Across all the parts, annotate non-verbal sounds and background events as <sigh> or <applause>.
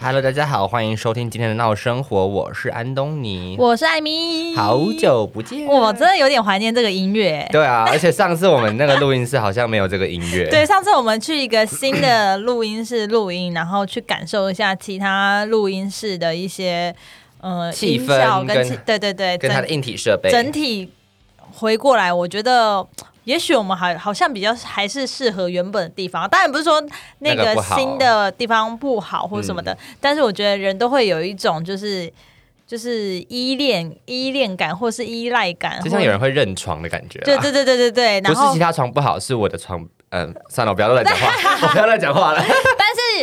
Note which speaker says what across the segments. Speaker 1: Hello，大家好，欢迎收听今天的闹生活，我是安东尼，
Speaker 2: 我是艾米，
Speaker 1: 好，久不见，
Speaker 2: 我真的有点怀念这个音乐。
Speaker 1: 对啊，而且上次我们那个录音室好像没有这个音乐，
Speaker 2: 对，上次我们去一个新的录音室录音，然后去感受一下其他录音室的一些呃
Speaker 1: 气
Speaker 2: 音效
Speaker 1: 氛
Speaker 2: 跟
Speaker 1: 跟
Speaker 2: 气对对对，
Speaker 1: 跟它
Speaker 2: 整
Speaker 1: 的硬体设备，
Speaker 2: 整体回过来，我觉得也许我们还好像比较还是适合原本的地方。当然不是说那
Speaker 1: 那个
Speaker 2: 个
Speaker 1: 不好嗯
Speaker 2: 新的地方不好或什么的，但是我觉得人都会有一种就是就是依恋依恋感或是依赖感，
Speaker 1: 就像有人
Speaker 2: 会
Speaker 1: 会认床的感觉啊，
Speaker 2: 对对对对对
Speaker 1: <laughs>
Speaker 2: 对，
Speaker 1: 不
Speaker 2: 然
Speaker 1: 是
Speaker 2: 后
Speaker 1: 其他床不好，是我的床，嗯，算了，我不要乱讲
Speaker 2: <laughs>
Speaker 1: 话，我不要乱讲话了，
Speaker 2: 但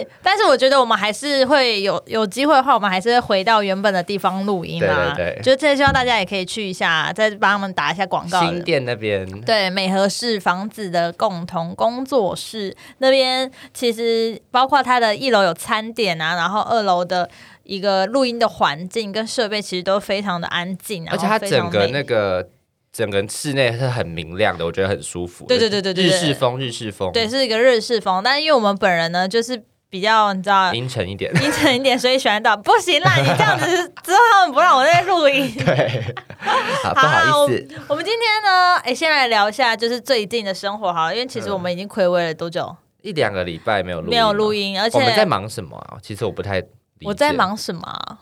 Speaker 2: 是但是我觉得我们还是会有有机会的话，我们还是会回到原本的地方录音啦。
Speaker 1: 对对对
Speaker 2: 就这希望大家也可以去一下，再帮他们打一下广告。
Speaker 1: 新店那边，
Speaker 2: 对，美和市房子的共同工作室那边，其实包括它的一楼有餐点啊，然后二楼的一个录音的环境跟设备，其实都非常的安静，然
Speaker 1: 而
Speaker 2: 后
Speaker 1: 且它
Speaker 2: 非常
Speaker 1: 整个
Speaker 2: 美
Speaker 1: 那个整个室内是很明亮的，我觉得很舒服，
Speaker 2: 对对对对对
Speaker 1: 日
Speaker 2: 对
Speaker 1: 式风，日式风，
Speaker 2: 对是一个日式风，但是因为我们本人呢，就是比较你知道。
Speaker 1: 阴沉一 <laughs>
Speaker 2: <laughs>
Speaker 1: 点，
Speaker 2: 阴沉一点，所以喜欢到不行啦！你这样子之后他们不让我在录音。
Speaker 1: <laughs> 对，好啊不
Speaker 2: 啦
Speaker 1: 好
Speaker 2: 我
Speaker 1: 意思，
Speaker 2: 我们今天呢，哎，先来聊一下就是最近的生活好了，因为其实
Speaker 1: 嗯
Speaker 2: 我们已经暌违了多久
Speaker 1: 一两个礼拜没有录音了，
Speaker 2: 没有录音，而且
Speaker 1: 哦我们在忙什么啊？其实我不太理解
Speaker 2: 我在。忙什么啊？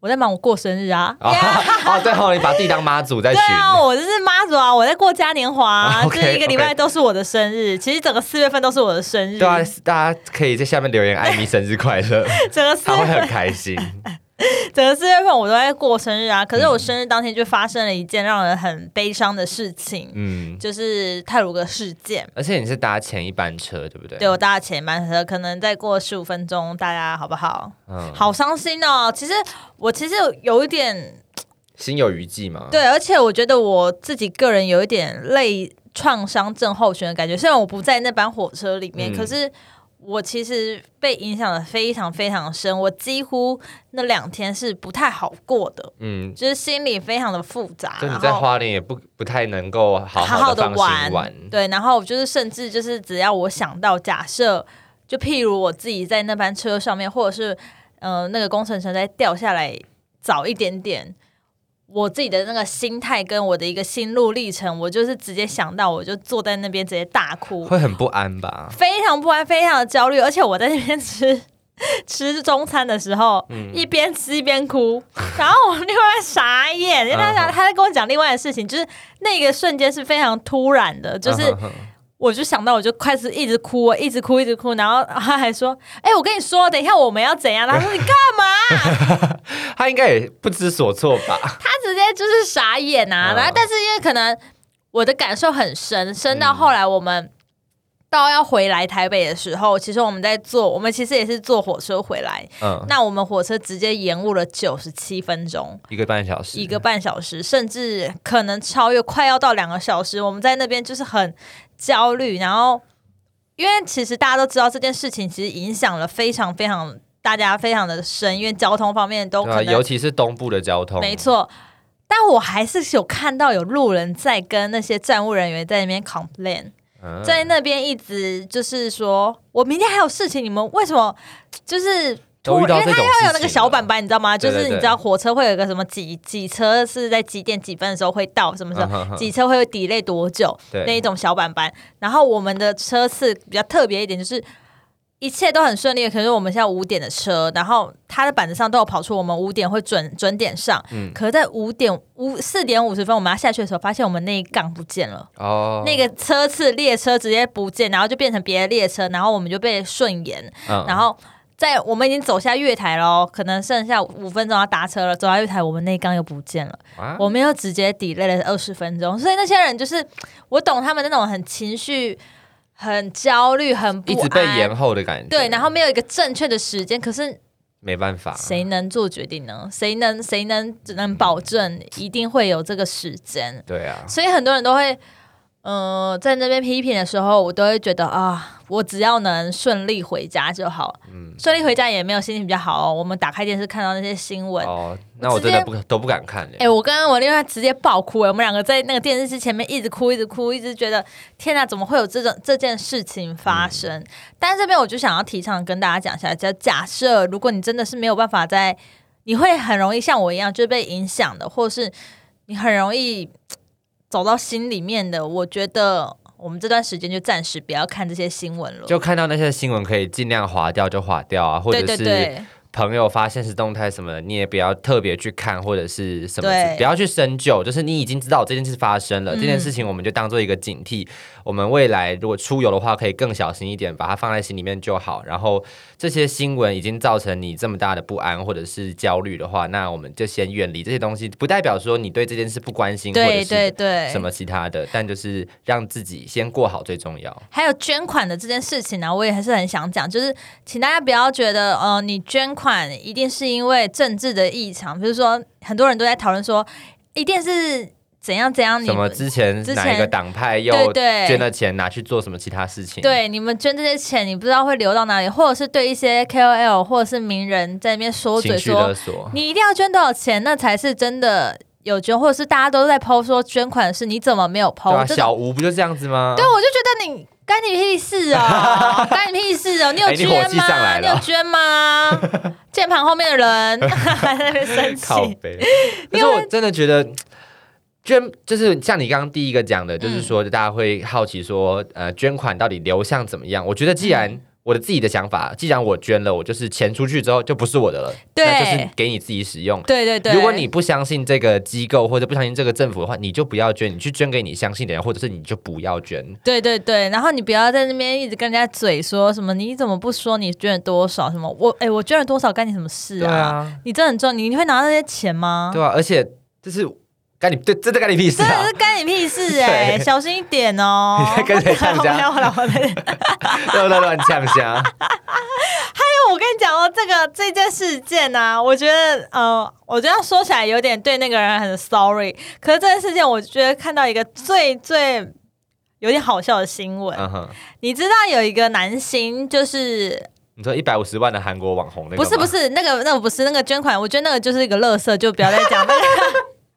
Speaker 2: 我在忙我过生日
Speaker 1: <laughs>
Speaker 2: 啊！
Speaker 1: 哦，哦对哦，你把自己当妈祖在
Speaker 2: 对
Speaker 1: 群，
Speaker 2: 啊，我就是妈祖啊，我在过嘉年华、
Speaker 1: 啊 <laughs>
Speaker 2: 啊，
Speaker 1: ，OK，
Speaker 2: 这一个礼拜都是我的生日。其实整个四月份都是我的生日，
Speaker 1: 对
Speaker 2: <laughs>
Speaker 1: 啊，大家可以在下面留言“艾米生日快乐 <laughs>
Speaker 2: 整个”，四
Speaker 1: 他
Speaker 2: 月
Speaker 1: 会很
Speaker 2: 份，
Speaker 1: 开心。
Speaker 2: 整个四月份我都在过生日啊。可是我生日当天就发生了一件让人很悲伤的事情，
Speaker 1: 嗯，
Speaker 2: 就是泰鲁格事件。
Speaker 1: 而且你是搭前一班车，对不对？
Speaker 2: 对我大家前班车，可能再过十五分钟，大家好不好？
Speaker 1: 嗯，
Speaker 2: 好伤心哦。其实我其实有一点
Speaker 1: 嗯心有余悸嘛。，
Speaker 2: 对，而且我觉得我自己个人有一点类创伤症候群的感觉，虽然我不在那班火车里面，
Speaker 1: 嗯
Speaker 2: 可是我其实被影响的非常非常深，我几乎那两天是不太好过的，
Speaker 1: 嗯，
Speaker 2: 就是心里非常的复杂，
Speaker 1: 就你
Speaker 2: 然
Speaker 1: 在
Speaker 2: 后。
Speaker 1: 花莲也不不太能够好
Speaker 2: 好
Speaker 1: 的
Speaker 2: 的
Speaker 1: 放心玩。
Speaker 2: 对，然后就是甚至就是只要我想到假设，就譬如我自己在那班车上面，或者是呃那个工程车再掉下来早一点点，我自己的那个心态跟我的一个心路历程，我就是直接想到，我就坐在那边直接大哭，
Speaker 1: 会很不安吧？
Speaker 2: 非常不安，非常的焦虑，而且我在那边吃。 <laughs> 吃中餐的时候，
Speaker 1: 嗯
Speaker 2: 一边吃一边哭，然后我另外傻眼，因为他
Speaker 1: 嗯
Speaker 2: 想
Speaker 1: 哼
Speaker 2: 他在跟我讲另外的事情，就是那个瞬间是非常突然的，就是
Speaker 1: 嗯哼哼
Speaker 2: 我就想到我就开始一直哭，一直哭，一直哭，然后他还说：“哎、我跟你说，等一下我们要怎样？”他说：“你干嘛
Speaker 1: 他应该也不知所措吧？？”
Speaker 2: 他直接就是傻眼啊！
Speaker 1: 嗯
Speaker 2: 然后但是因为可能我的感受很深，深到后来我们。到要回来台北的时候，其实我们在坐，我们其实也是坐火车回来。
Speaker 1: 嗯，
Speaker 2: 那我们火车直接延误了九十七分钟，
Speaker 1: 一个半小时，
Speaker 2: 一个半小时，甚至可能超越，快要到两个小时。我们在那边就是很焦虑，然后因为其实大家都知道这件事情，其实影响了非常非常大家非常的深，因为交通方面都
Speaker 1: 对
Speaker 2: 可
Speaker 1: 啊，尤
Speaker 2: 能、
Speaker 1: 其是东部的交通，
Speaker 2: 没错。但我还是有看到有路人在跟那些站务人员在那边 complain，、
Speaker 1: 嗯，
Speaker 2: 在那边一直就是说，我明天还有事情，你们为什么就是
Speaker 1: 都遇到这种事
Speaker 2: 它
Speaker 1: 情
Speaker 2: 有那个小板板，你知道吗？就
Speaker 1: 对对
Speaker 2: 是你
Speaker 1: 对
Speaker 2: 知道火车会有一个什么几几车是在几点几分的时候会到，什么时候、
Speaker 1: 候
Speaker 2: 几车会 delay 多久
Speaker 1: 嗯对
Speaker 2: 那一种小板板。然后我们的车次比较特别一点，就是一切都很顺利，可是我们现在五点的车，然后它的板子上都有跑出我们五点会准准点上，
Speaker 1: 嗯
Speaker 2: 可是在五点五四点五十分我们要下去的时候，发现我们那一杠不见了。
Speaker 1: 哦，
Speaker 2: 那个车次列车直接不见，然后就变成别的列车，然后我们就被顺延，
Speaker 1: 嗯
Speaker 2: 然后在我们已经走下月台喽，可能剩下五分钟要搭车了，走下月台，我们那一缸又不见了，
Speaker 1: 啊
Speaker 2: 我们又直接 delay 了二十分钟，所以那些人就是我懂他们那种很情绪、很焦虑、很不
Speaker 1: 一
Speaker 2: 安，
Speaker 1: 直被延后的感觉。
Speaker 2: 对，然后没有一个正确的时间，可是
Speaker 1: 没办法，
Speaker 2: 谁能做决定呢？谁能谁能只能保证一定会有这个时间？
Speaker 1: 对啊，
Speaker 2: 所以很多人都会，呃，在那边批评的时候，我都会觉得啊，我只要能顺利回家就好。顺利回家也没有心情比较好哦。我们打开电视看到那些新闻，
Speaker 1: 哦，那我真的不都不敢看
Speaker 2: 哎、
Speaker 1: 哎。
Speaker 2: 我跟我另外直接爆哭哎、我们两个在那个电视机前面一直哭，一直哭，一直觉得天哪，怎么会有这种这件事情
Speaker 1: 嗯
Speaker 2: 发生？但是这边我就想要提倡跟大家讲一下，就假设如果你真的是没有办法在，你会很容易像我一样就被影响的，或是你很容易嘖走到心里面的，我觉得我们这段时间就暂时不要看这些新闻了。
Speaker 1: 就看到那些新闻，可以尽量划掉就划掉啊，或
Speaker 2: 对
Speaker 1: 者
Speaker 2: 对
Speaker 1: 是
Speaker 2: 对，
Speaker 1: 朋友发现实动态什么的，你也不要特别去看，或者是什么之
Speaker 2: 对，
Speaker 1: 不要去深究。就是你已经知道这件事发生了，
Speaker 2: 嗯
Speaker 1: 这件事情我们就当做一个警惕。我们未来如果出游的话，可以更小心一点，把它放在心里面就好。然后这些新闻已经造成你这么大的不安或者是焦虑的话，那我们就先远离这些东西。不代表说你对这件事不关心，或者
Speaker 2: 对对
Speaker 1: 是
Speaker 2: 对，
Speaker 1: 什么其他的，但就是让自己先过好最重要。
Speaker 2: 还有捐款的这件事情呢、啊我也还是很想讲，就是请大家不要觉得，呃，你捐款一定是因为政治的异常，比如说很多人都在讨论说，一定是怎样怎样你
Speaker 1: 什么
Speaker 2: 们。
Speaker 1: 之前
Speaker 2: 之
Speaker 1: 哪一个
Speaker 2: 前
Speaker 1: 党派又
Speaker 2: 对对
Speaker 1: 捐了钱拿去做什么其他事情？，
Speaker 2: 对，你们捐这些钱，你不知道会流到哪里，或者是对一些 KOL 或者是名人在那边说嘴
Speaker 1: 情绪
Speaker 2: 说嗯
Speaker 1: 勒，索。
Speaker 2: 你一定要捐多少钱，那才是真的有捐，或者是大家都在抛说捐款的事，你怎么没有抛？
Speaker 1: 对啊，
Speaker 2: 这种
Speaker 1: 小吴不就这样子吗？
Speaker 2: 对，我就觉得你干你屁
Speaker 1: <laughs>
Speaker 2: 事哦，干你屁事哦，你有
Speaker 1: 哎你
Speaker 2: 捐
Speaker 1: 火气
Speaker 2: 吗？
Speaker 1: 上来
Speaker 2: 你
Speaker 1: 了
Speaker 2: 有
Speaker 1: <laughs>
Speaker 2: 捐吗？键盘后面的人还在那边生
Speaker 1: 靠
Speaker 2: 气， <laughs>
Speaker 1: 背。可是我真的觉得。捐就是像你刚刚第一个讲的，
Speaker 2: 嗯
Speaker 1: 就是说大家会好奇说，呃，捐款到底流向怎么样？我觉得既
Speaker 2: 嗯
Speaker 1: 然我的自己的想法，既然我捐了，我就是钱出去之后就不是我的了，
Speaker 2: 对
Speaker 1: 那就是给你自己使用。
Speaker 2: 对对对。
Speaker 1: 如果你不相信这个机构或者不相信这个政府的话，你就不要捐，你去捐给你相信的人，或者是你就不要捐。
Speaker 2: 对对对，然后你不要在那边一直跟人家嘴说什么，你怎么不说你捐了多少？什么我哎、我捐了多少干你什么事
Speaker 1: 对
Speaker 2: 啊？
Speaker 1: 啊，
Speaker 2: 你真的很重，你你会拿到那些钱吗？
Speaker 1: 对啊，而且就是干你对，真的干你屁事
Speaker 2: 真的
Speaker 1: 啊 <laughs>
Speaker 2: 是！干你屁事哎、
Speaker 1: 对
Speaker 2: 小心一点哦！
Speaker 1: <laughs> 你在跟谁呛
Speaker 2: <laughs> 没
Speaker 1: 架
Speaker 2: 有啦我在
Speaker 1: 乱乱乱呛香，
Speaker 2: <laughs> 我跟你讲哦，这个这件事件呢、我觉得，呃，我觉得说起来有点对那个人很 sorry，可是这件事件，我觉得看到一个最最有点好笑的新闻。
Speaker 1: 嗯哼，
Speaker 2: 你知道有一个男星，就是
Speaker 1: 你说一百五十万的韩国网红那个吗？
Speaker 2: 不是不是那个那个不是那个捐款，我觉得那个就是一个乐色，就不要再讲
Speaker 1: <laughs>
Speaker 2: 那个。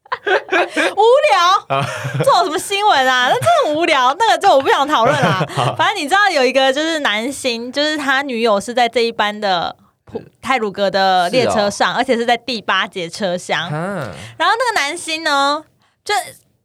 Speaker 2: 无聊，做什么新闻啊？那真的很无聊，那个就我不想讨论
Speaker 1: <laughs>
Speaker 2: 啦。反正你知道有一个就是男星，就是他女友是在这一班的普
Speaker 1: 嗯
Speaker 2: 泰鲁格的列车
Speaker 1: 哦
Speaker 2: 上，而且是在第八节车厢。
Speaker 1: 啊，
Speaker 2: 然后那个男星呢，就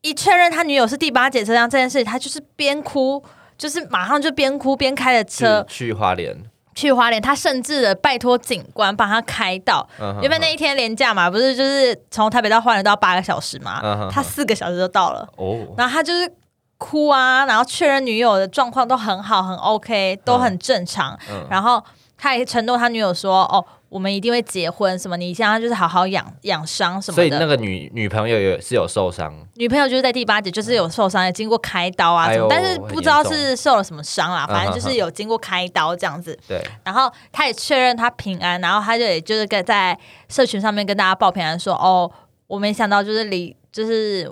Speaker 2: 一确认他女友是第八节车厢这件事情，他就是边哭，就是马上就边哭边开着
Speaker 1: 去
Speaker 2: 车
Speaker 1: 去花莲，
Speaker 2: 去花莲，他甚至的拜托警官帮他开道。
Speaker 1: 嗯哼
Speaker 2: 原本那一天连假嘛，不是就是从台北到花莲都要八个小时嘛，
Speaker 1: 嗯哼
Speaker 2: 他四个小时就到了，
Speaker 1: 哦，
Speaker 2: 然后他就是哭啊，然后确认女友的状况都很好，很 OK，都很正常，
Speaker 1: 嗯
Speaker 2: 然后他也承诺他女友说，哦，我们一定会结婚，什么你现在就是好好养养伤什么
Speaker 1: 所
Speaker 2: 的。
Speaker 1: 以那个女女朋友有是有受伤，
Speaker 2: 女朋友就是在第八节，就是有受伤，也经过开刀啊什
Speaker 1: 哎呦
Speaker 2: 么，但是不知道是受了什么伤啦，
Speaker 1: 很严
Speaker 2: 反
Speaker 1: 重
Speaker 2: 正就是有经过开刀这样子。
Speaker 1: 对，
Speaker 2: 然后他也确认他平安，然后他就也就是跟在社群上面跟大家报平安说，哦，我没想到就是离就是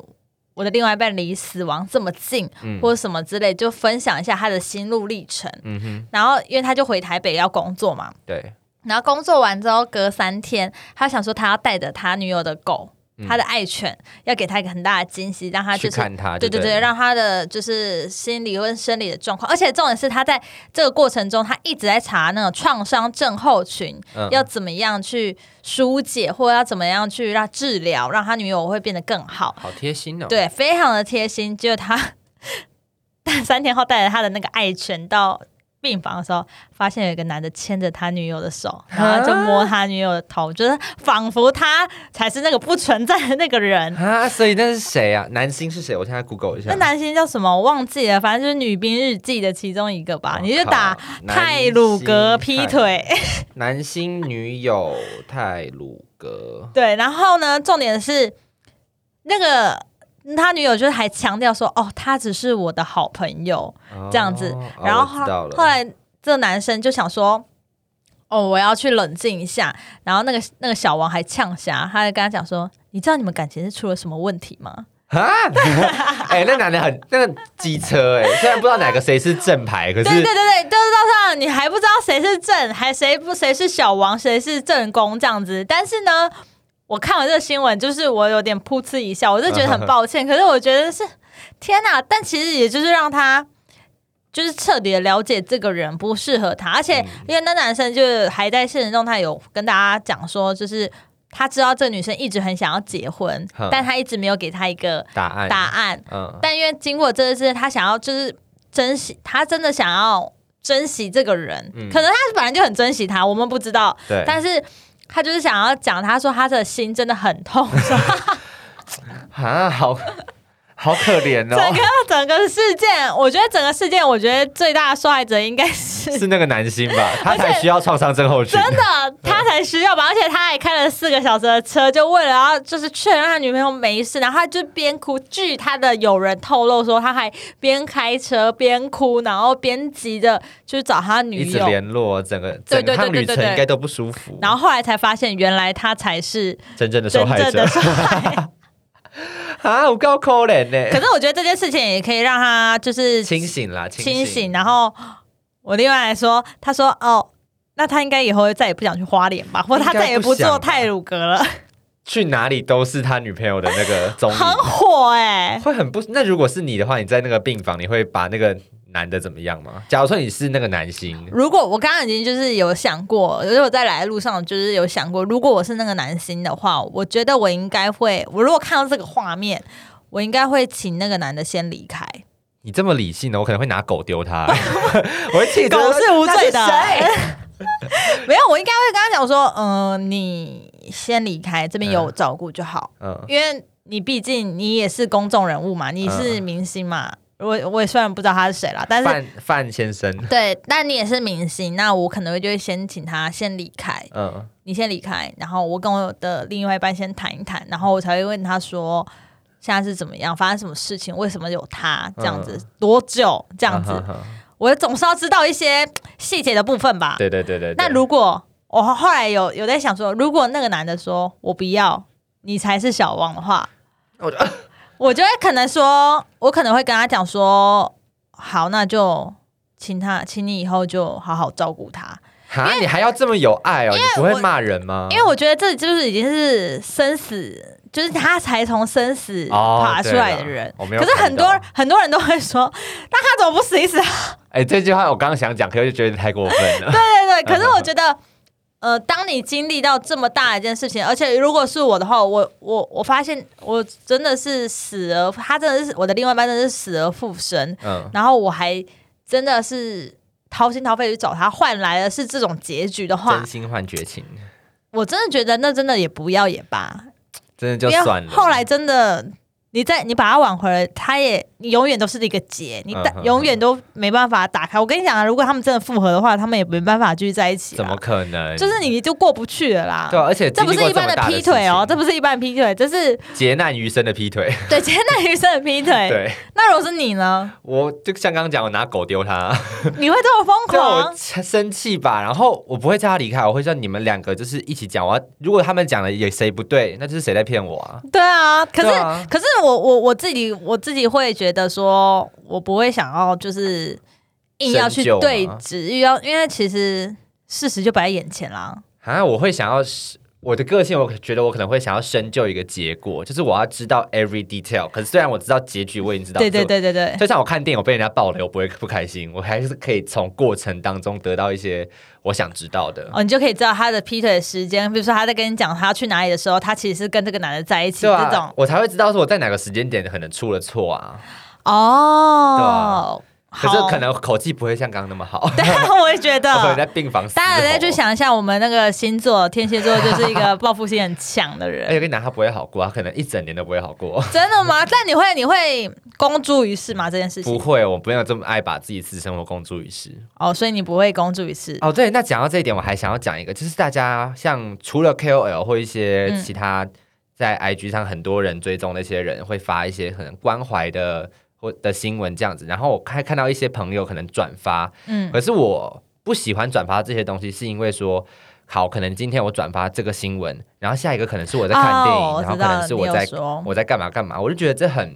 Speaker 2: 我的另外一半离死亡这么近，
Speaker 1: 嗯
Speaker 2: 或者什么之类，就分享一下他的心路历程。
Speaker 1: 嗯哼，
Speaker 2: 然后因为他就回台北要工作嘛，
Speaker 1: 对，
Speaker 2: 然后工作完之后隔三天，他想说他要带着他女友的狗。
Speaker 1: 嗯
Speaker 2: 他的爱犬要给他一个很大的惊喜，让他啊就
Speaker 1: 去
Speaker 2: 是
Speaker 1: 看她就
Speaker 2: 对
Speaker 1: 啊对
Speaker 2: 对
Speaker 1: 了，
Speaker 2: 对，让他的就是心理跟生理的状况，而且重点是他在这个过程中，他一直在查那种创伤症候群、
Speaker 1: 嗯
Speaker 2: 要怎么样去疏解，或者要怎么样去让治疗，让他女友会变得更好。
Speaker 1: 好贴心哦，，
Speaker 2: 对，非常的贴心。结果他 <laughs> 但三天后带着他的那个爱犬到病房的时候，发现有一个男的牵着他女友的手，然后就
Speaker 1: 啊
Speaker 2: 摸他女友的头，就是仿佛他才是那个不存在的那个人。
Speaker 1: 啊，所以那是谁啊？男星是谁？我现在 Google 一下
Speaker 2: 那，男星叫什么？我忘记了，反正就是《女兵日记》的其中一个吧。
Speaker 1: 哦
Speaker 2: 你就打
Speaker 1: 靠
Speaker 2: 泰鲁格劈，腿，
Speaker 1: 男星泰男星女友泰鲁格，
Speaker 2: 对。然后呢，重点是那个他女友就是还强调说，哦，他只是我的好朋友这样子。
Speaker 1: 哦
Speaker 2: 然后
Speaker 1: 哦我
Speaker 2: 后
Speaker 1: 知道了
Speaker 2: 后来这个男生就想说。哦，我要去冷静一下。然后那个那个小王还呛瞎，他就跟他讲说：“你知道你们感情是出了什么问题吗？”
Speaker 1: 啊！ <laughs> 哎、那男的很那个机车哎、虽然不知道哪个谁是正牌，可
Speaker 2: 对对
Speaker 1: 是
Speaker 2: 对对，就是到上你还不知道谁是正，还谁不谁是小王，谁是正宫这样子。但是呢，我看完这个新闻，就是我有点噗嗤一笑，我就觉得
Speaker 1: 嗯
Speaker 2: 很抱歉。可是我觉得是天哪！但其实也就是让他就是彻底的了解这个人不适合他，而
Speaker 1: 嗯
Speaker 2: 且因为那男生就是还在现实中，他有跟大家讲说，就是他知道这个女生一直很想要结婚
Speaker 1: 哼，
Speaker 2: 但他一直没有给他一个
Speaker 1: 答案
Speaker 2: 答案。
Speaker 1: 嗯
Speaker 2: 但因为经过这次，他想要就是珍惜，他真的想要珍惜这个人，
Speaker 1: 嗯
Speaker 2: 可能他本来就很珍惜他，我们不知道，
Speaker 1: 对，
Speaker 2: 但是他就是想要讲，他说他的心真的很
Speaker 1: <laughs>
Speaker 2: 痛，说
Speaker 1: 啊好好可怜
Speaker 2: 整
Speaker 1: 哦
Speaker 2: 个，整个事件，我觉得整个事件，我觉得最大的受害者应该是
Speaker 1: 是那个男星吧？他
Speaker 2: <laughs> 而
Speaker 1: 才
Speaker 2: 且
Speaker 1: 需要创伤症候群
Speaker 2: 真。
Speaker 1: <laughs>
Speaker 2: 的，他才需要吧？而且他还开了四个小时的车，就为了要就是确认他女朋友没事，然后他就边哭。据他的友人透露说，他还边开车边哭，然后边急着去找他
Speaker 1: 一
Speaker 2: 女
Speaker 1: 直
Speaker 2: 友。
Speaker 1: 联络，整个整
Speaker 2: 对
Speaker 1: 个
Speaker 2: 对对
Speaker 1: 趟
Speaker 2: 对
Speaker 1: 旅程
Speaker 2: 对对
Speaker 1: 应该都不舒服。
Speaker 2: 然后后来才发现，原来他才是
Speaker 1: 真正的受
Speaker 2: 真
Speaker 1: 害
Speaker 2: 正
Speaker 1: 者 <laughs>
Speaker 2: 的受害。
Speaker 1: 啊，我够可怜
Speaker 2: 可
Speaker 1: 呢，
Speaker 2: 是我觉得这件事情也可以让他就是
Speaker 1: 清醒啦，清
Speaker 2: 清醒。然后我另外来说，他说哦。那他应该以后会再也不想去花莲吧，或者他
Speaker 1: 应该
Speaker 2: 再也
Speaker 1: 不
Speaker 2: 不
Speaker 1: 想
Speaker 2: 做
Speaker 1: 吧
Speaker 2: 泰鲁格了，
Speaker 1: 去哪里都是他女朋友的那个踪
Speaker 2: 很
Speaker 1: 影，
Speaker 2: 火哎、
Speaker 1: 会很不。那如果是你的话，你在那个病房，你会把那个男的怎么样吗？假如说你是那个男星，
Speaker 2: 如果我刚刚已经就是有想过，就是我在来的路上就是有想过，如果我是那个男星的话，我觉得我应该会，我如果看到这个画面，我应该会请那个男的先离开。
Speaker 1: 你这么理性呢，我可能会拿狗丢他， <laughs> 我会气得
Speaker 2: 狗是无罪的
Speaker 1: 那是谁
Speaker 2: <laughs> 没有，我应该会跟他讲说，嗯、你先离开，这边有照顾就好，
Speaker 1: 嗯，
Speaker 2: 因为你毕竟你也是公众人物嘛，你是明星嘛。我我也虽然不知道他是谁啦，但是
Speaker 1: 范范先生，
Speaker 2: <laughs> 对，但你也是明星，那我可能会就会先请他先离开，
Speaker 1: 嗯，
Speaker 2: 你先离开，然后我跟我的另外一半先谈一谈，然后我才会问他说现在是怎么样，发生什么事情，为什么有他这样子，多久这
Speaker 1: 这
Speaker 2: 样子，
Speaker 1: 嗯哼
Speaker 2: 我总是要知道一些细节的部分吧。
Speaker 1: 嗯对对对对。对
Speaker 2: 那如果我后来有有在想说，如果那个男的说我不要，你才是小王的话，
Speaker 1: 我就
Speaker 2: 我就会可能说，我可能会跟他讲说，好，那就请他，请你以后就好好照顾他。
Speaker 1: 哈，你还要这么有爱哦？你不会骂人吗？
Speaker 2: 因为我觉得这就是已经是生死，就是他才从生死
Speaker 1: 哦
Speaker 2: 爬出来的人。
Speaker 1: 对啦我没有
Speaker 2: 可是很多
Speaker 1: 看到
Speaker 2: 很多人都会说，那他怎么不死一 <laughs> 死啊？
Speaker 1: 哎，这句话我刚刚想讲，可是就觉得太过分了。
Speaker 2: <laughs> 对对对。可是我觉得，呃，当你经历到这么大一件事情，而且如果是我的话，我我我发现我真的是死而他真的是我的另外一半，真的是死而复生，
Speaker 1: 嗯，
Speaker 2: 然后我还真的是掏心掏肺去找他，换来的是这种结局的话
Speaker 1: 真，心换绝情，
Speaker 2: 我真的觉得那真的也不要也罢，
Speaker 1: 真的就
Speaker 2: 因为
Speaker 1: 算了。
Speaker 2: 后来真的，你再你把它挽回了，他也你永远都是一个结，你打、
Speaker 1: 嗯哼
Speaker 2: 永远都没办法打开。我跟你讲啊，如果他们真的复合的话，他们也没办法继续在一起
Speaker 1: 怎么
Speaker 2: 了，
Speaker 1: 可能？
Speaker 2: 就是你就过不去了啦。
Speaker 1: 对啊，而且
Speaker 2: 这不
Speaker 1: 经
Speaker 2: 是
Speaker 1: 历
Speaker 2: 一
Speaker 1: 过
Speaker 2: 般
Speaker 1: 么大的
Speaker 2: 劈腿哦，
Speaker 1: 事
Speaker 2: 这不是一般劈腿，这是
Speaker 1: 情劫难余生的劈腿。 <laughs>
Speaker 2: 对前男女生的劈腿。
Speaker 1: 对，
Speaker 2: 那如果是你呢？
Speaker 1: 我就像刚刚讲，我拿狗丢
Speaker 2: <laughs>
Speaker 1: 他，
Speaker 2: 你会这么疯
Speaker 1: 叫啊我
Speaker 2: 狂？
Speaker 1: 生气吧，然后我不会叫他离开，我会叫你们两个就是一起讲。我要如果他们讲的也谁不对，那就是谁在骗我啊？
Speaker 2: 对啊，可是、
Speaker 1: 对啊
Speaker 2: 可是我我我自己我自己会觉得说，我不会想要就是硬要去
Speaker 1: 深究吗
Speaker 2: 对峙，要因为其实事实就摆在眼前啦。
Speaker 1: 啊，我会想要是我的个性，我觉得我可能会想要深究一个结果，就是我要知道 every detail。可是虽然我知道结局，我已经知道，
Speaker 2: 对对。对对对，
Speaker 1: 就像我看电影，我被人家爆雷，我不会不开心，我还是可以从过程当中得到一些我想知道的。
Speaker 2: 哦，你就可以知道他的劈腿的时间，比如说他在跟你讲他要去哪里的时候，他其实是跟这个男的在一起，
Speaker 1: 对啊，
Speaker 2: 这种
Speaker 1: 我才会知道说我在哪个时间点可能出了错啊。
Speaker 2: 哦，
Speaker 1: 可是
Speaker 2: 好
Speaker 1: 可，能口气不会像刚刚那么好，
Speaker 2: <laughs> 对，我啊也
Speaker 1: <laughs>
Speaker 2: 觉
Speaker 1: 我可能在
Speaker 2: 得。
Speaker 1: 病房。哦
Speaker 2: 大家再去，想一下，我们那个星座天蝎座就是一个报复心很强的
Speaker 1: 而
Speaker 2: 人，
Speaker 1: 且跟你讲，他不会好过，他可能一整年都不会好过。
Speaker 2: 真的吗？但你会你会公诸于世吗？这件事
Speaker 1: 不
Speaker 2: 情
Speaker 1: 会，我没有这么爱把自己私生活公诸于世。
Speaker 2: 哦，所以你不会公诸于世
Speaker 1: 哦，对，那讲到这一点，我还想要讲一个，就是大家像除了 KOL 或一些
Speaker 2: 嗯
Speaker 1: 其他在 IG 上很多人追踪那些人会发一些可能关怀的或的新闻这样子，然后我还看到一些朋友可能转发，
Speaker 2: 嗯
Speaker 1: 可是我不喜欢转发这些东西，是因为说。好，可能今天我转发这个新闻，然后下一个可能是我在看电影，
Speaker 2: 哦我
Speaker 1: 然后
Speaker 2: 知
Speaker 1: 可
Speaker 2: 道
Speaker 1: 能是我在
Speaker 2: 你有说
Speaker 1: 我在干嘛干嘛，我就觉得这很，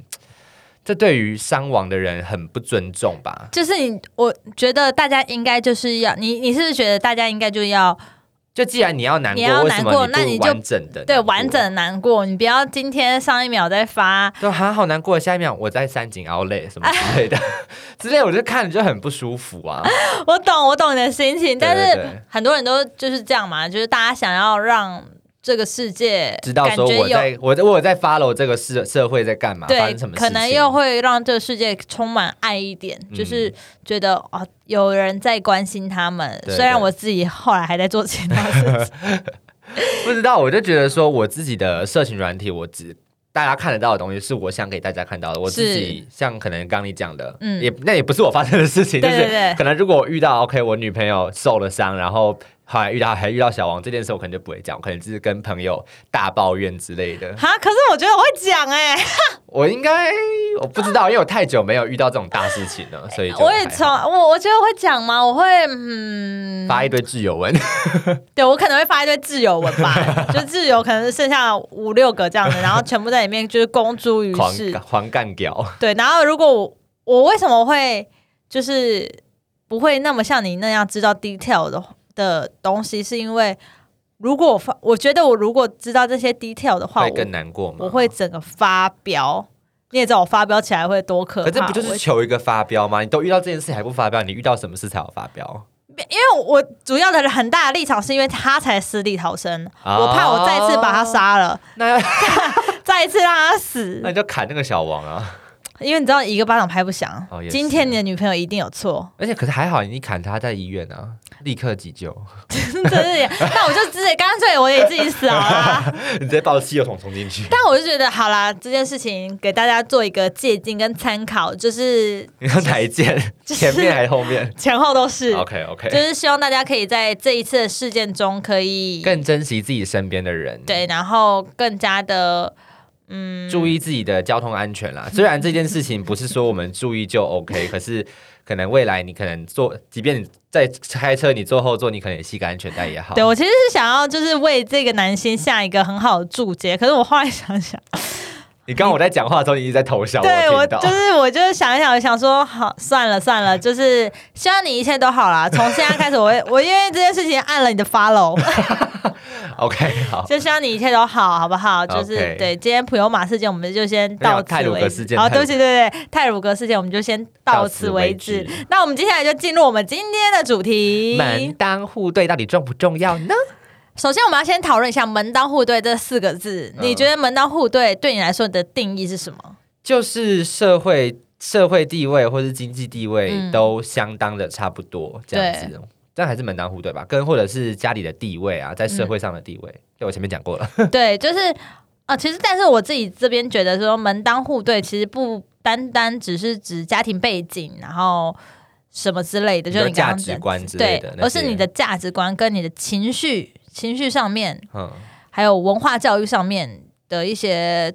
Speaker 1: 这对于伤亡的人很不尊重吧。
Speaker 2: 就是你，我觉得大家应该就是要你，你是不是觉得大家应该就要
Speaker 1: 就既然你要难过，
Speaker 2: 你要
Speaker 1: 为什
Speaker 2: 难过
Speaker 1: 么
Speaker 2: 那你
Speaker 1: 不
Speaker 2: 就
Speaker 1: 完整的
Speaker 2: 对
Speaker 1: 难过
Speaker 2: 完整？的难过？你不要今天上一秒在发，
Speaker 1: 就还好难过，下一秒我在三井熬累什么之类的， <laughs> 之类我就看着就很不舒服啊。
Speaker 2: 我懂，我懂你的心情，但
Speaker 1: 对
Speaker 2: 是
Speaker 1: 对
Speaker 2: 很多人都就是这样嘛，就是大家想要让这个世界
Speaker 1: 知道
Speaker 2: 感
Speaker 1: 说
Speaker 2: 觉
Speaker 1: 我
Speaker 2: 有
Speaker 1: 在我在我有在 follow 这个社社会在干嘛，发
Speaker 2: 对
Speaker 1: 生什，么事情，嗯
Speaker 2: 可能又会让这个世界充满爱一点，就是觉得哦，有人在关心他们。
Speaker 1: 对
Speaker 2: 虽然
Speaker 1: 对
Speaker 2: 我自己后来还在做其他事
Speaker 1: <laughs>
Speaker 2: 情，
Speaker 1: 不知道，我就觉得说我自己的社群软体，我只大家看得到的东西是我想给大家看到的，我自己像可能刚你讲的，
Speaker 2: 嗯
Speaker 1: 嗯，也那也不是我发生的
Speaker 2: <laughs>
Speaker 1: 事情，
Speaker 2: 对对
Speaker 1: 就
Speaker 2: 对
Speaker 1: 是可能如果我遇到 OK，我女朋友受了伤，然后。还遇到还遇到小王这件事，我可能就不会讲，我可能只是跟朋友大抱怨之类的。
Speaker 2: 哈，可是我觉得我会讲哎、
Speaker 1: 我应该我不知道，因为我太久没有遇到这种大事情
Speaker 2: <laughs>
Speaker 1: 了，所以就
Speaker 2: 我也
Speaker 1: 还好
Speaker 2: 从我我觉得我会讲吗？我会嗯，
Speaker 1: 发一堆挚友文。
Speaker 2: 对我可能会发一堆自由文
Speaker 1: <laughs>
Speaker 2: 吧，就自由可能剩下五六个这样的，然后全部在里面就是公诸于
Speaker 1: 狂
Speaker 2: 世
Speaker 1: 干。狂干屌，
Speaker 2: 对，然后如果我我为什么会就是不会那么像你那样知道 detail 的的东西，是因为如果我发，我觉得我如果知道这些 detail 的话，
Speaker 1: 会
Speaker 2: 我
Speaker 1: 更难过吗？
Speaker 2: 我会整个发飙。你也知道我发飙起来会多可怕，
Speaker 1: 可这不就
Speaker 2: 我
Speaker 1: 是求一个发飙吗？你都遇到这件事还不发飙，你遇到什么事才要发飙？
Speaker 2: 因为我主要的很大的立场是因为他才死里逃生，
Speaker 1: 哦
Speaker 2: 我怕我再次把他杀了，
Speaker 1: <laughs> 那
Speaker 2: <laughs> 再一次让他
Speaker 1: 那
Speaker 2: 死，
Speaker 1: 你就砍那个小王啊！
Speaker 2: 因为你知道一个巴掌拍不响，
Speaker 1: 哦也
Speaker 2: 今
Speaker 1: 是
Speaker 2: 天你的女朋友一定有错， <laughs>
Speaker 1: 而且可是还好，你砍他在医院啊，立刻急救， <laughs>
Speaker 2: 真的，那我就直接干脆我也自己死好啦。
Speaker 1: <laughs> 你直接抱着汽油桶冲进去。
Speaker 2: <laughs> 但我就觉得，好啦，这件事情给大家做一个借鉴跟参考，就是
Speaker 1: 你看哪一件？前面还是后面
Speaker 2: 前后都是，
Speaker 1: ？OK
Speaker 2: 就
Speaker 1: OK，
Speaker 2: 是希望大家可以在这一次的事件中可以
Speaker 1: 更珍惜自己身边的人，，
Speaker 2: 对，然后更加嗯的
Speaker 1: 注意自己的交通安全
Speaker 2: <laughs>
Speaker 1: 啦。虽然这件事情不是说我们注意就 OK，可是可能未来你可能坐，即便你在开车，你坐后座，你可能也系个安全带也好。
Speaker 2: 对我其实是想要就是为这个男星下一个很好的注解，可是我后来想想，
Speaker 1: 你刚刚我在讲话的时候，你一直在偷笑，
Speaker 2: 对
Speaker 1: 我
Speaker 2: 我
Speaker 1: 有听到
Speaker 2: 就是我就是想一想，我想说好算了算了，就是希望你一切都好啦。从现在开始我，
Speaker 1: <laughs>
Speaker 2: 会我因为这件事情按了你的 follow，
Speaker 1: <laughs> OK
Speaker 2: <laughs>
Speaker 1: 好。
Speaker 2: 就希望你一切都好，好不好？就是
Speaker 1: OK
Speaker 2: 对，今天普悠马事件我们就先到此
Speaker 1: 没有泰鲁
Speaker 2: 为
Speaker 1: 格
Speaker 2: 止
Speaker 1: 事。件
Speaker 2: 好，
Speaker 1: 泰
Speaker 2: 对
Speaker 1: 鲁
Speaker 2: 不起，对对对，泰鲁格事件我们就先到此为止
Speaker 1: 到此为。
Speaker 2: 那我们接下来就进入我们今天的主题。
Speaker 1: 门当户对到底重不重要呢？
Speaker 2: 首先，我们要先讨论一下“门当户对”这四个字。
Speaker 1: 嗯
Speaker 2: 你觉得“门当户对”对你来说的定义是什
Speaker 1: <laughs>
Speaker 2: 么？
Speaker 1: 就是社会社会地位或是经济地位
Speaker 2: 嗯
Speaker 1: 都相当的差不多，这样子。但还是门当户对吧，跟或者是家里的地位啊，在社会上的地
Speaker 2: 嗯
Speaker 1: 位，对我前面讲过了，
Speaker 2: 对，就是啊、呃其实但是我自己这边觉得说，门当户对其实不单单只是指家庭背景，然后什么之类的，就是
Speaker 1: 有
Speaker 2: 你刚
Speaker 1: 价
Speaker 2: 刚
Speaker 1: 值
Speaker 2: 讲
Speaker 1: 观之类
Speaker 2: 对
Speaker 1: 的，那，些
Speaker 2: 而是你的价值观跟你的情绪、情绪上面，
Speaker 1: 嗯
Speaker 2: 还有文化教育上面的一些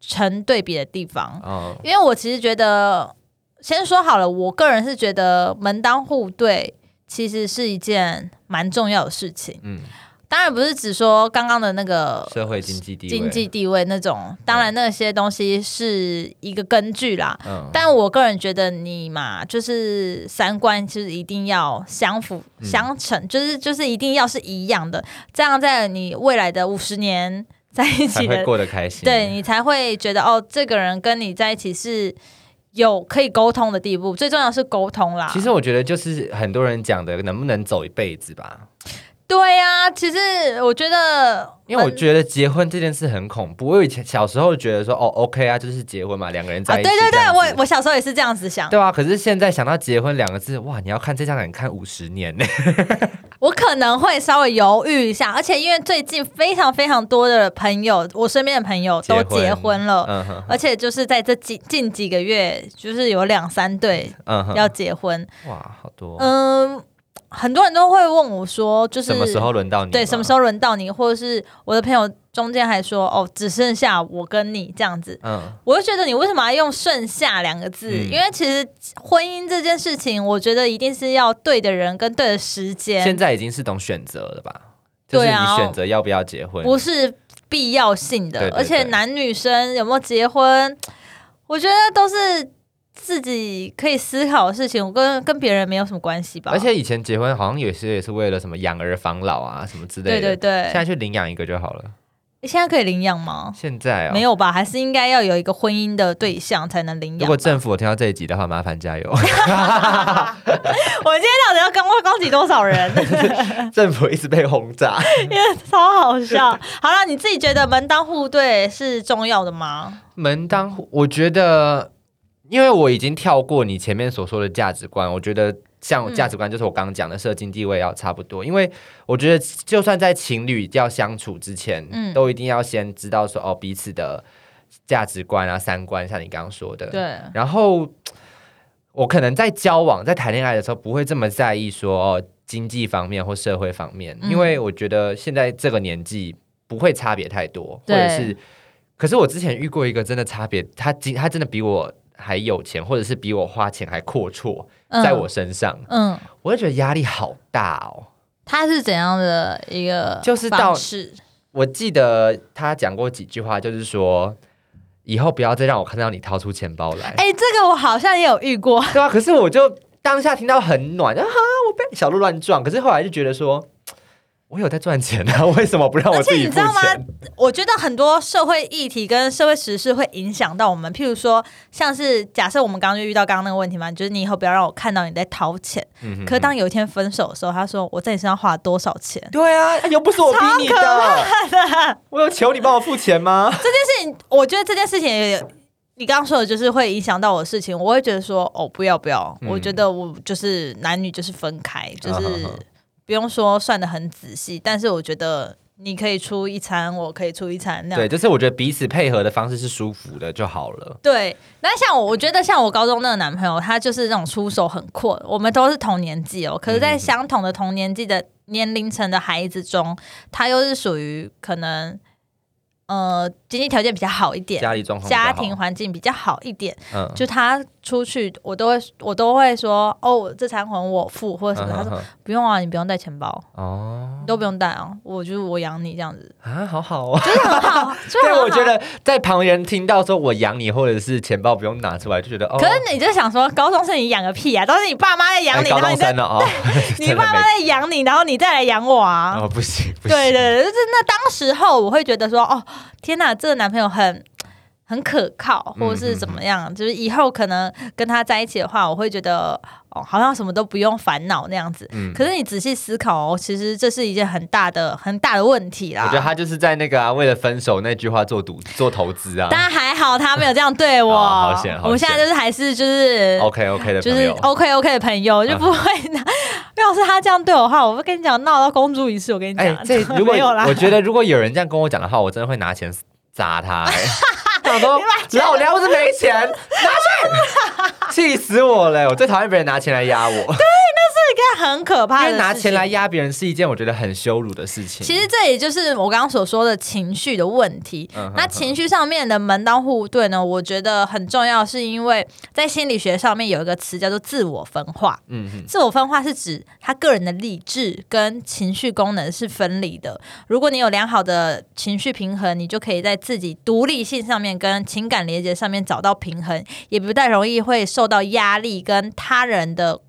Speaker 2: 成对比的地方。
Speaker 1: 哦
Speaker 2: 因为我其实觉得，先说好了，我个人是觉得门当户对其实是一件蛮重要的事情。
Speaker 1: 嗯，
Speaker 2: 当然不是只说刚刚的那个
Speaker 1: 社会经济地位，
Speaker 2: 呃经济地位那种，当然那些东西是一个根据啦。
Speaker 1: 嗯，
Speaker 2: 但我个人觉得你嘛，就是三观就是一定要相符
Speaker 1: 嗯
Speaker 2: 相成，就是就是一定要是一样的，这样在你未来的五十年在一
Speaker 1: 才
Speaker 2: 起
Speaker 1: 会
Speaker 2: 的，
Speaker 1: 过得开心，
Speaker 2: 对你才会觉得哦，这个人跟你在一起是有可以沟通的地步，最重要是沟通啦。
Speaker 1: 其实我觉得就是很多人讲的，能不能走一辈子吧？
Speaker 2: 对呀、其实我觉得，
Speaker 1: 因为我觉得结婚这件事很恐怖。我以前小时候觉得说，哦，OK 啊，就是结婚嘛，两个人
Speaker 2: 啊，
Speaker 1: 在
Speaker 2: 对
Speaker 1: 一起、这
Speaker 2: 对对，
Speaker 1: 样子
Speaker 2: 我我小时候也是这样子想，
Speaker 1: 对啊，可是现在想到结婚两个字，哇，你要看这张脸看五十年呢。
Speaker 2: 我可能会稍微犹豫一下，而且因为最近非常非常多的朋友，我身边的朋友都
Speaker 1: 结婚
Speaker 2: 结婚了，
Speaker 1: <laughs> 嗯哼，
Speaker 2: 而且就是在这几近几个月，就是有两三对
Speaker 1: 嗯哼，
Speaker 2: 要结婚。
Speaker 1: 哇，好多。
Speaker 2: 嗯，很多人都会问我说，就是
Speaker 1: 什么时候轮到你？
Speaker 2: 对什么时
Speaker 1: 候？
Speaker 2: 候轮到你，或者是我的朋友中间还说哦，只剩下我跟你这样子。
Speaker 1: 嗯，
Speaker 2: 我就觉得你为什么要用“剩下”两个字？
Speaker 1: 嗯
Speaker 2: 因为其实婚姻这件事情，我觉得一定是要对的人跟对的时间。
Speaker 1: 现在已经是懂选择了吧？就是
Speaker 2: 对啊
Speaker 1: 你选择要不要结婚，
Speaker 2: 不是必要性的，
Speaker 1: 对对
Speaker 2: 而且
Speaker 1: 对
Speaker 2: 男女生有没有结婚，我觉得都是自己可以思考的事情，我跟跟别人没有什么关系吧。
Speaker 1: 而且以前结婚好像有些也是为了什么养儿防老啊什么之类的，
Speaker 2: 对对对
Speaker 1: 现在去领养一个就好了。
Speaker 2: 你现在可以领养吗？
Speaker 1: 现在啊、
Speaker 2: 没有吧，还是应该要有一个婚姻的对象才能领
Speaker 1: 如
Speaker 2: 养
Speaker 1: 果
Speaker 2: 吧。
Speaker 1: 政府有听到这一集的话，麻烦
Speaker 2: <laughs>
Speaker 1: 加油。
Speaker 2: 我们今天到底要刚刚刚起多少人？ <laughs>
Speaker 1: 政府一直被轰炸，
Speaker 2: 超好笑。好了，你自己觉得门当户对是重要的吗？
Speaker 1: 门当户，我觉得，因为我已经跳过你前面所说的价值观，我觉得像
Speaker 2: 嗯
Speaker 1: 价值观就是我刚刚讲的社经地位要差不多，因为我觉得就算在情侣要相处之前，
Speaker 2: 嗯
Speaker 1: 都一定要先知道说哦彼此的价值观啊、三观，像你刚刚说的，
Speaker 2: 对，
Speaker 1: 然后我可能在交往、在谈恋爱的时候，不会这么在意说哦经济方面或社会方面，
Speaker 2: 嗯
Speaker 1: 因为我觉得现在这个年纪不会差别太多，或
Speaker 2: 对
Speaker 1: 者是，可是我之前遇过一个真的差别，他经他真的比我还有钱，或者是比我花钱还阔绰，
Speaker 2: 嗯
Speaker 1: 在我身上，
Speaker 2: 嗯，
Speaker 1: 我就觉得压力好大哦。
Speaker 2: 他是怎样的一个
Speaker 1: 就是到
Speaker 2: 方式
Speaker 1: 我记得他讲过几句话，就是说以后不要再让我看到你掏出钱包来。
Speaker 2: 哎、这个我好像也有遇过。
Speaker 1: 对啊，可是我就当下听到很暖，啊哈，我被小鹿乱撞。可是后来就觉得说，我有在赚钱啊， <laughs> 为什么不让我
Speaker 2: 而且
Speaker 1: 自己
Speaker 2: 你
Speaker 1: 付
Speaker 2: 知道吗
Speaker 1: 钱？？
Speaker 2: 我觉得很多社会议题跟社会时事会影响到我们，譬如说，像是假设我们刚刚就遇到刚刚那个问题嘛，就是你以后不要让我看到你在掏钱。
Speaker 1: 嗯哼
Speaker 2: 可当有一天分手的时候，他说我在你身上花了多少钱？
Speaker 1: 对啊，又不是我逼你
Speaker 2: 超可
Speaker 1: 的，我有求你帮我付钱吗？
Speaker 2: 这件事情，我觉得这件事情也有你刚刚说的就是会影响到我的事情，我会觉得说哦，不要不要，
Speaker 1: 嗯
Speaker 2: 我觉得我就是男女就是分开，就
Speaker 1: 啊
Speaker 2: 是
Speaker 1: 哈哈
Speaker 2: 不用说算的很仔细，但是我觉得你可以出一餐，我可以出一餐那样
Speaker 1: 对，。就是我觉得彼此配合的方式是舒服的就好了。
Speaker 2: 对，那像我，我觉得像我高中那个男朋友，他就是那种出手很阔，我们都是同年纪哦，可是，
Speaker 1: 嗯
Speaker 2: 在相同的同年纪的年龄层的孩子中，他又是属于可能呃经济条件比较好一点，
Speaker 1: 家里状况比较
Speaker 2: 家
Speaker 1: 好，
Speaker 2: 庭环境比较好一点，
Speaker 1: 嗯，
Speaker 2: 就他出去，我都会我都会说哦，这餐款我付或者什么。他
Speaker 1: 嗯哼
Speaker 2: 说
Speaker 1: 哼
Speaker 2: 不用啊，你不用带钱包，
Speaker 1: 哦
Speaker 2: 你都不用带啊，我就是我养你这样
Speaker 1: <laughs>
Speaker 2: 子，
Speaker 1: 啊，好好哦。
Speaker 2: 真的很好，真的
Speaker 1: 对，
Speaker 2: 很好。
Speaker 1: 我觉。得在旁人听到说我养你，或者是钱包不用拿出来，就觉得哦，
Speaker 2: 可是你就想说，高中生你养个屁啊！都是你爸妈在养
Speaker 1: 哎
Speaker 2: 你，
Speaker 1: 高
Speaker 2: 然后
Speaker 1: 中
Speaker 2: 你再
Speaker 1: 生了哦，
Speaker 2: 你
Speaker 1: 真的
Speaker 2: 爸
Speaker 1: 没 <laughs>
Speaker 2: 妈在养你，然后你再来养我啊！
Speaker 1: 哦，不行不行，
Speaker 2: 对对对，就是那当时候我会觉得说，哦，天哪，这个男朋友很很可靠，
Speaker 1: 嗯
Speaker 2: 或者是怎么样，就是以后可能跟他在一起的话，我会觉得哦，好像什么都不用烦恼那样子。
Speaker 1: 嗯
Speaker 2: 可是你仔细思考哦，其实这是一件很大的很大的问题啦。
Speaker 1: 我觉得他就是在那个啊，为了分手那句话做赌做投资啊。
Speaker 2: 当然还好，他没有这样对我。
Speaker 1: <laughs> 哦好险好
Speaker 2: 我们现在
Speaker 1: 险
Speaker 2: 就是还是就是
Speaker 1: OK OK 的
Speaker 2: 就
Speaker 1: 朋
Speaker 2: 是哦
Speaker 1: 友，嗯
Speaker 2: OK OK 的朋友，就不会拿。 <laughs> 要是他这样对我的话，我会跟你讲闹到公诸于世。我跟你
Speaker 1: 哎、
Speaker 2: 讲，
Speaker 1: 这如果
Speaker 2: <laughs> 没有啦，
Speaker 1: 我觉得如果有人这样跟我讲的话，我真的会拿钱砸他、哎
Speaker 2: <laughs>
Speaker 1: 想说老娘不是没钱，拿去，气死我 <laughs> 了！我最讨厌别人拿钱来压我，因
Speaker 2: 这很可怕的
Speaker 1: 为拿
Speaker 2: 事
Speaker 1: 钱来
Speaker 2: 情。
Speaker 1: 压别人是一件我觉得很羞辱的事情。
Speaker 2: 其实这也就是我刚刚所说的情绪的问题。
Speaker 1: 嗯哼
Speaker 2: 那情绪上面的门当户对呢，我觉得很重要，是因为在心理学上面有一个词叫做自我分化。
Speaker 1: 嗯嗯，
Speaker 2: 自我分化是指他个人的理智跟情绪功能是分离的。如果你有良好的情绪平衡，你就可以在自己独立性上面跟情感连接上面找到平衡，也不太容易会受到压力跟他人的。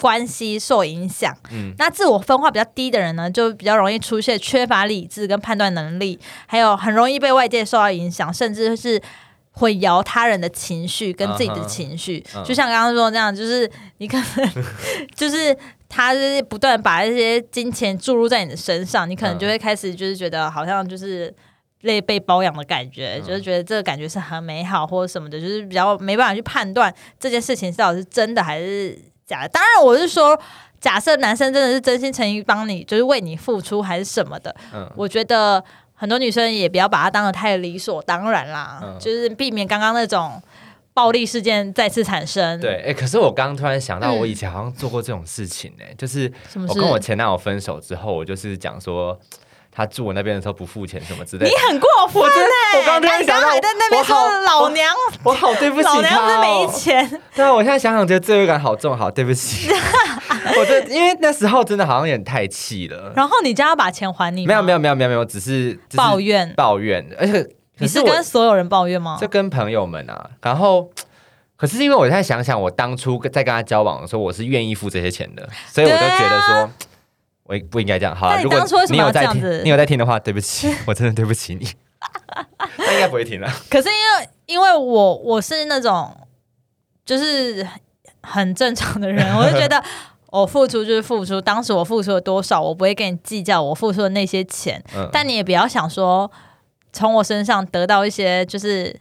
Speaker 2: 关系受影响，
Speaker 1: 嗯
Speaker 2: 那自我分化比较低的人呢，就比较容易出现缺乏理智跟判断能力，还有很容易被外界受到影响，甚至是混淆他人的情绪跟自己
Speaker 1: 啊
Speaker 2: 的
Speaker 1: 哈
Speaker 2: 情绪。
Speaker 1: 嗯
Speaker 2: 就像刚刚说那样，就是你可能 <laughs> 就是他就是不断把这些金钱注入在你的身上，你
Speaker 1: 嗯
Speaker 2: 可能就会开始就是觉得好像就是。类被包养的感觉，
Speaker 1: 嗯
Speaker 2: 就是觉得这个感觉是很美好或者什么的，就是比较没办法去判断这件事情到底是真的还是假的。当然，我是说，假设男生真的是真心诚意帮你，就是为你付出还是什么的，
Speaker 1: 嗯
Speaker 2: 我觉得很多女生也不要把它当得太理所当然啦，
Speaker 1: 嗯
Speaker 2: 就是避免刚刚那种暴力事件再次产生。
Speaker 1: 对，，哎、可是我刚刚突然想到，
Speaker 2: 嗯
Speaker 1: 我以前好像做过这种事情、哎、就是
Speaker 2: 什么
Speaker 1: 我
Speaker 2: 事？
Speaker 1: 跟我前男友分手之后，我就是讲说。他住我那边的时候不付钱什么之类的
Speaker 2: 你，很过分
Speaker 1: 我真
Speaker 2: 哎、欸！
Speaker 1: 我刚突然想到
Speaker 2: 还在那边
Speaker 1: 我好
Speaker 2: 说老娘，
Speaker 1: 我好对不起他、哦， <laughs>
Speaker 2: 老娘不是没钱， <laughs>
Speaker 1: 对啊，我现在想想觉得罪恶感好重，好对不起。我这因为那时候真的好像有点太气了，
Speaker 2: 然后你叫他把钱还你吗？
Speaker 1: 没有没有没有没有没有，只是只是
Speaker 2: 抱怨，
Speaker 1: 抱怨，而且可
Speaker 2: 你是
Speaker 1: 我
Speaker 2: 跟所有人抱怨吗
Speaker 1: 就？跟朋友们啊，然后。可是因为我在想想，我当初跟在跟他交往的时候，我是愿意付这些钱的，所以我就
Speaker 2: 对啊
Speaker 1: 觉得说，我不应该这样。好了，啊
Speaker 2: 那你
Speaker 1: 如果
Speaker 2: 当初为什么
Speaker 1: 你有
Speaker 2: 要
Speaker 1: 在
Speaker 2: 这样
Speaker 1: 听
Speaker 2: 子，
Speaker 1: 你有在听的话，对不
Speaker 2: <laughs>
Speaker 1: 起，我真的对不起你。他应该不会听了。
Speaker 2: 可是因为因为我我是那种就是很正常
Speaker 1: <laughs>
Speaker 2: 的人，我就觉得我付出就是付出，当时我付出了多少，我不会跟你计较我付出的那些钱，
Speaker 1: 嗯，
Speaker 2: 但你也不要想说从我身上得到一些就是。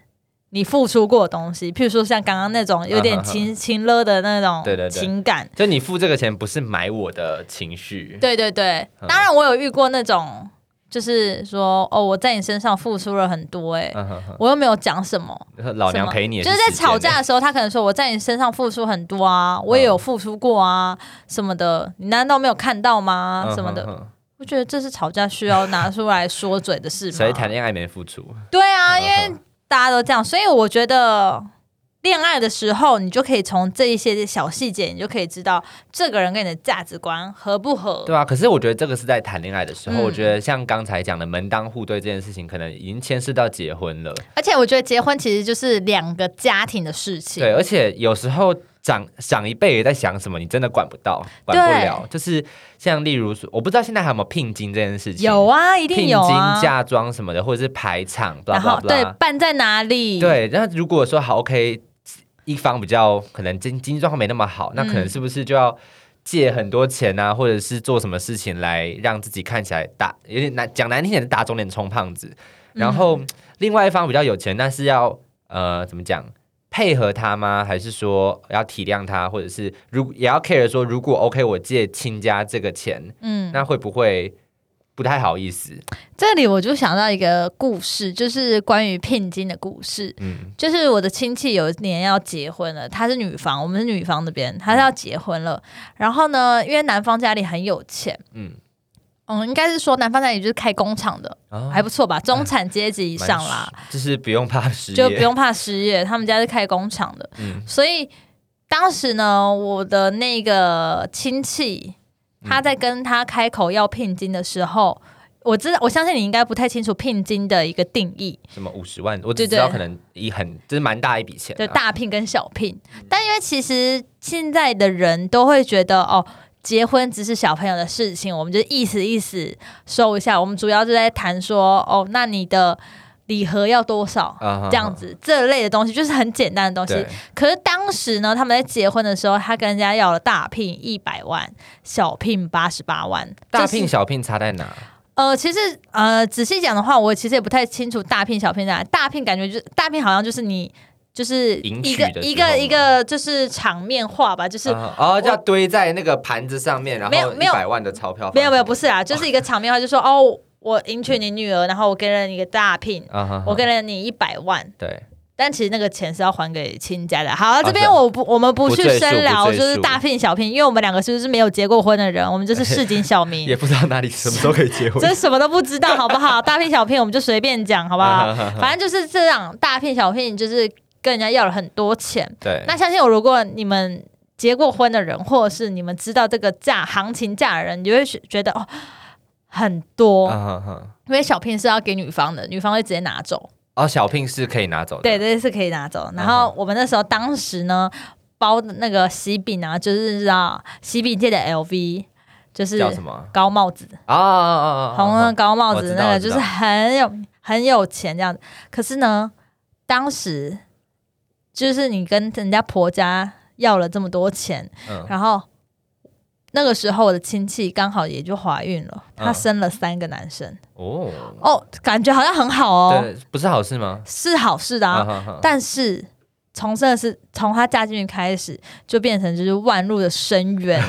Speaker 2: 你付出过的东西，譬如说像刚刚那种有
Speaker 1: 嗯
Speaker 2: 点
Speaker 1: 哼哼
Speaker 2: 情情勒的那种
Speaker 1: 对对对
Speaker 2: 情感，
Speaker 1: 就你付这个钱，不是买我的情绪。
Speaker 2: 对对对，
Speaker 1: 嗯
Speaker 2: 当然我有遇过那种，就是说哦，我在你身上付出了很多、欸，哎、
Speaker 1: 嗯哼哼
Speaker 2: 我又没有讲什么，
Speaker 1: 老娘
Speaker 2: 什么
Speaker 1: 陪你也
Speaker 2: 就是
Speaker 1: 时
Speaker 2: 在
Speaker 1: 间嗯
Speaker 2: 吵架
Speaker 1: 欸。
Speaker 2: 的时候，他可能说我在你身上付出很多啊，我也有付出过啊，什么的，你难道没有看到吗？
Speaker 1: 嗯
Speaker 2: 什么的，
Speaker 1: 哼哼
Speaker 2: 我觉得这是吵架需要拿出来说嘴的
Speaker 1: <laughs>
Speaker 2: 事
Speaker 1: 谁
Speaker 2: 吗？
Speaker 1: 谈恋爱没付出？
Speaker 2: 对啊，
Speaker 1: 嗯
Speaker 2: 因为大家都这样，所以我觉得。恋爱的时候，你就可以从这一些小细节，你就可以知道这个人跟你的价值观合不合。
Speaker 1: 对啊，可是我觉得这个是在谈恋爱的时候，
Speaker 2: 嗯
Speaker 1: 我觉得像刚才讲的门当户对这件事情，可能已经牵涉到结婚了。
Speaker 2: 而且我觉得结婚其实就是两个家庭的事情。
Speaker 1: 对，而且有时候长长一辈也在想什么，你真的管不到，管不
Speaker 2: 对
Speaker 1: 了。就是像例如说，我不知道现在还有没有聘金这件事情，
Speaker 2: 有啊，一
Speaker 1: 聘
Speaker 2: 定
Speaker 1: 金
Speaker 2: 有啊。
Speaker 1: 嫁妆什么的，或者是排场，blah
Speaker 2: 然
Speaker 1: blah
Speaker 2: 后
Speaker 1: blah，
Speaker 2: 对办在哪里？
Speaker 1: 对，那如果说好 OK，一方比较可能经经济状况没那么好，那可能
Speaker 2: 嗯
Speaker 1: 是不是就要借很多钱啊，或者是做什么事情来让自己看起来打有点难讲难听点是打肿脸充胖子。
Speaker 2: 嗯
Speaker 1: 然后、另外一方比较有钱，但是要呃怎么讲？配合他吗？还是说要体谅他，或者是如也要 care 说，如果 OK，我借亲家这个钱，
Speaker 2: 嗯，
Speaker 1: 那会不会不太好意思？
Speaker 2: 这里我就想到一个故事，就是关于聘金的故事。
Speaker 1: 嗯
Speaker 2: 就是我的亲戚有一年要结婚了，她是女方，我们是女方那边，她是要结婚了。然后呢，因为男方家里很有钱，
Speaker 1: 嗯，
Speaker 2: 嗯，应该是说男方家里就是开工厂的，
Speaker 1: 哦
Speaker 2: 还不错吧，中产阶级以
Speaker 1: 蛮
Speaker 2: 上啦。
Speaker 1: 实，就是不用怕失业，
Speaker 2: 就不用怕失业，他们家是开工厂的，
Speaker 1: 嗯
Speaker 2: 所以当时呢，我的那个亲戚他在跟他开口要聘金的时候。
Speaker 1: 嗯
Speaker 2: 我知道，我相信你应该不太清楚聘金的一个定义，
Speaker 1: 什么五十万，我只
Speaker 2: 对
Speaker 1: 知
Speaker 2: 对
Speaker 1: 道可能一很就是蛮大一笔钱、啊，
Speaker 2: 就大聘跟小聘。但因为其实现在的人都会觉得，哦，结婚只是小朋友的事情，我们就意思意思收一下。我们主要就在谈说，哦，那你的礼盒要多少？
Speaker 1: 啊哈
Speaker 2: 这样子这类的东西就是很简单的东西，
Speaker 1: 对，
Speaker 2: 可是当时呢，他们在结婚的时候，他跟人家要了大聘一百万，小聘八十八万。
Speaker 1: 大
Speaker 2: 就
Speaker 1: 聘
Speaker 2: 是
Speaker 1: 小聘差在哪？
Speaker 2: 呃，其实呃，仔细讲的话，我其实也不太清楚大聘小聘在哪。大聘感觉就是大聘好像就是你就是
Speaker 1: 迎
Speaker 2: 一
Speaker 1: 娶
Speaker 2: 个
Speaker 1: 的时
Speaker 2: 一个
Speaker 1: 候
Speaker 2: 一
Speaker 1: 嘛
Speaker 2: 个就是场面化吧，就是。
Speaker 1: 啊哦，就要堆在那个盘子上面，然
Speaker 2: 没有
Speaker 1: 后一
Speaker 2: 没有
Speaker 1: 百万的钞票，
Speaker 2: 没有没有，不是啊，就是一个场面化，就说哦，我迎娶你女儿，然后我给了你一个大聘，
Speaker 1: 啊哈哈，
Speaker 2: 我给了你一百万，
Speaker 1: 对，
Speaker 2: 但其实那个钱是要还给亲家的。好，啊这边
Speaker 1: 是
Speaker 2: 我不，我们不去
Speaker 1: 不赘述
Speaker 2: 深聊，
Speaker 1: 不
Speaker 2: 就
Speaker 1: 赘述
Speaker 2: 是大聘小聘，因为我们两个就是没有结过婚的人，我们就是市井小
Speaker 1: <laughs>
Speaker 2: 民
Speaker 1: 也，不知道哪里什么时候可以结婚，
Speaker 2: <laughs> 真什么都不知道，好不好？大聘小聘我们就随便讲，好
Speaker 1: <laughs>
Speaker 2: 不
Speaker 1: 啊
Speaker 2: 好？反正就是这样，大聘小聘就是跟人家要了很多钱。
Speaker 1: 对，
Speaker 2: 那相信我，如果你们结过婚的人，或者是你们知道这个价行情价的人，你就会觉得哦。很多，
Speaker 1: 啊哈哈，
Speaker 2: 因为小聘是要给女方的，女方会直接拿走。
Speaker 1: 哦，小聘是可以拿走的，嗯
Speaker 2: 对，这是可以拿走。然后我们那时候当时呢，包的那个喜饼啊，就是啊，喜饼界的 LV，就是
Speaker 1: 叫什么
Speaker 2: 高帽子，
Speaker 1: 啊啊啊啊，
Speaker 2: 红的
Speaker 1: 啊
Speaker 2: 高帽
Speaker 1: 我
Speaker 2: 子
Speaker 1: 知，道
Speaker 2: 那
Speaker 1: 我
Speaker 2: 个
Speaker 1: 知
Speaker 2: 就是
Speaker 1: 道
Speaker 2: 很有很有钱这样子。可是呢，当时就是你跟人家婆家要了这么多钱，
Speaker 1: 嗯
Speaker 2: 然后。那个时候，我的亲戚刚好也就怀孕了，她
Speaker 1: 嗯
Speaker 2: 生了三个男生、
Speaker 1: 哦，
Speaker 2: 哦，感觉好像很好哦，
Speaker 1: 对，嗯不是好事吗？
Speaker 2: 是好事的啊。
Speaker 1: 哈哈
Speaker 2: 但是从这是从她嫁进去开始，就变成就是万路的深渊。
Speaker 1: <laughs>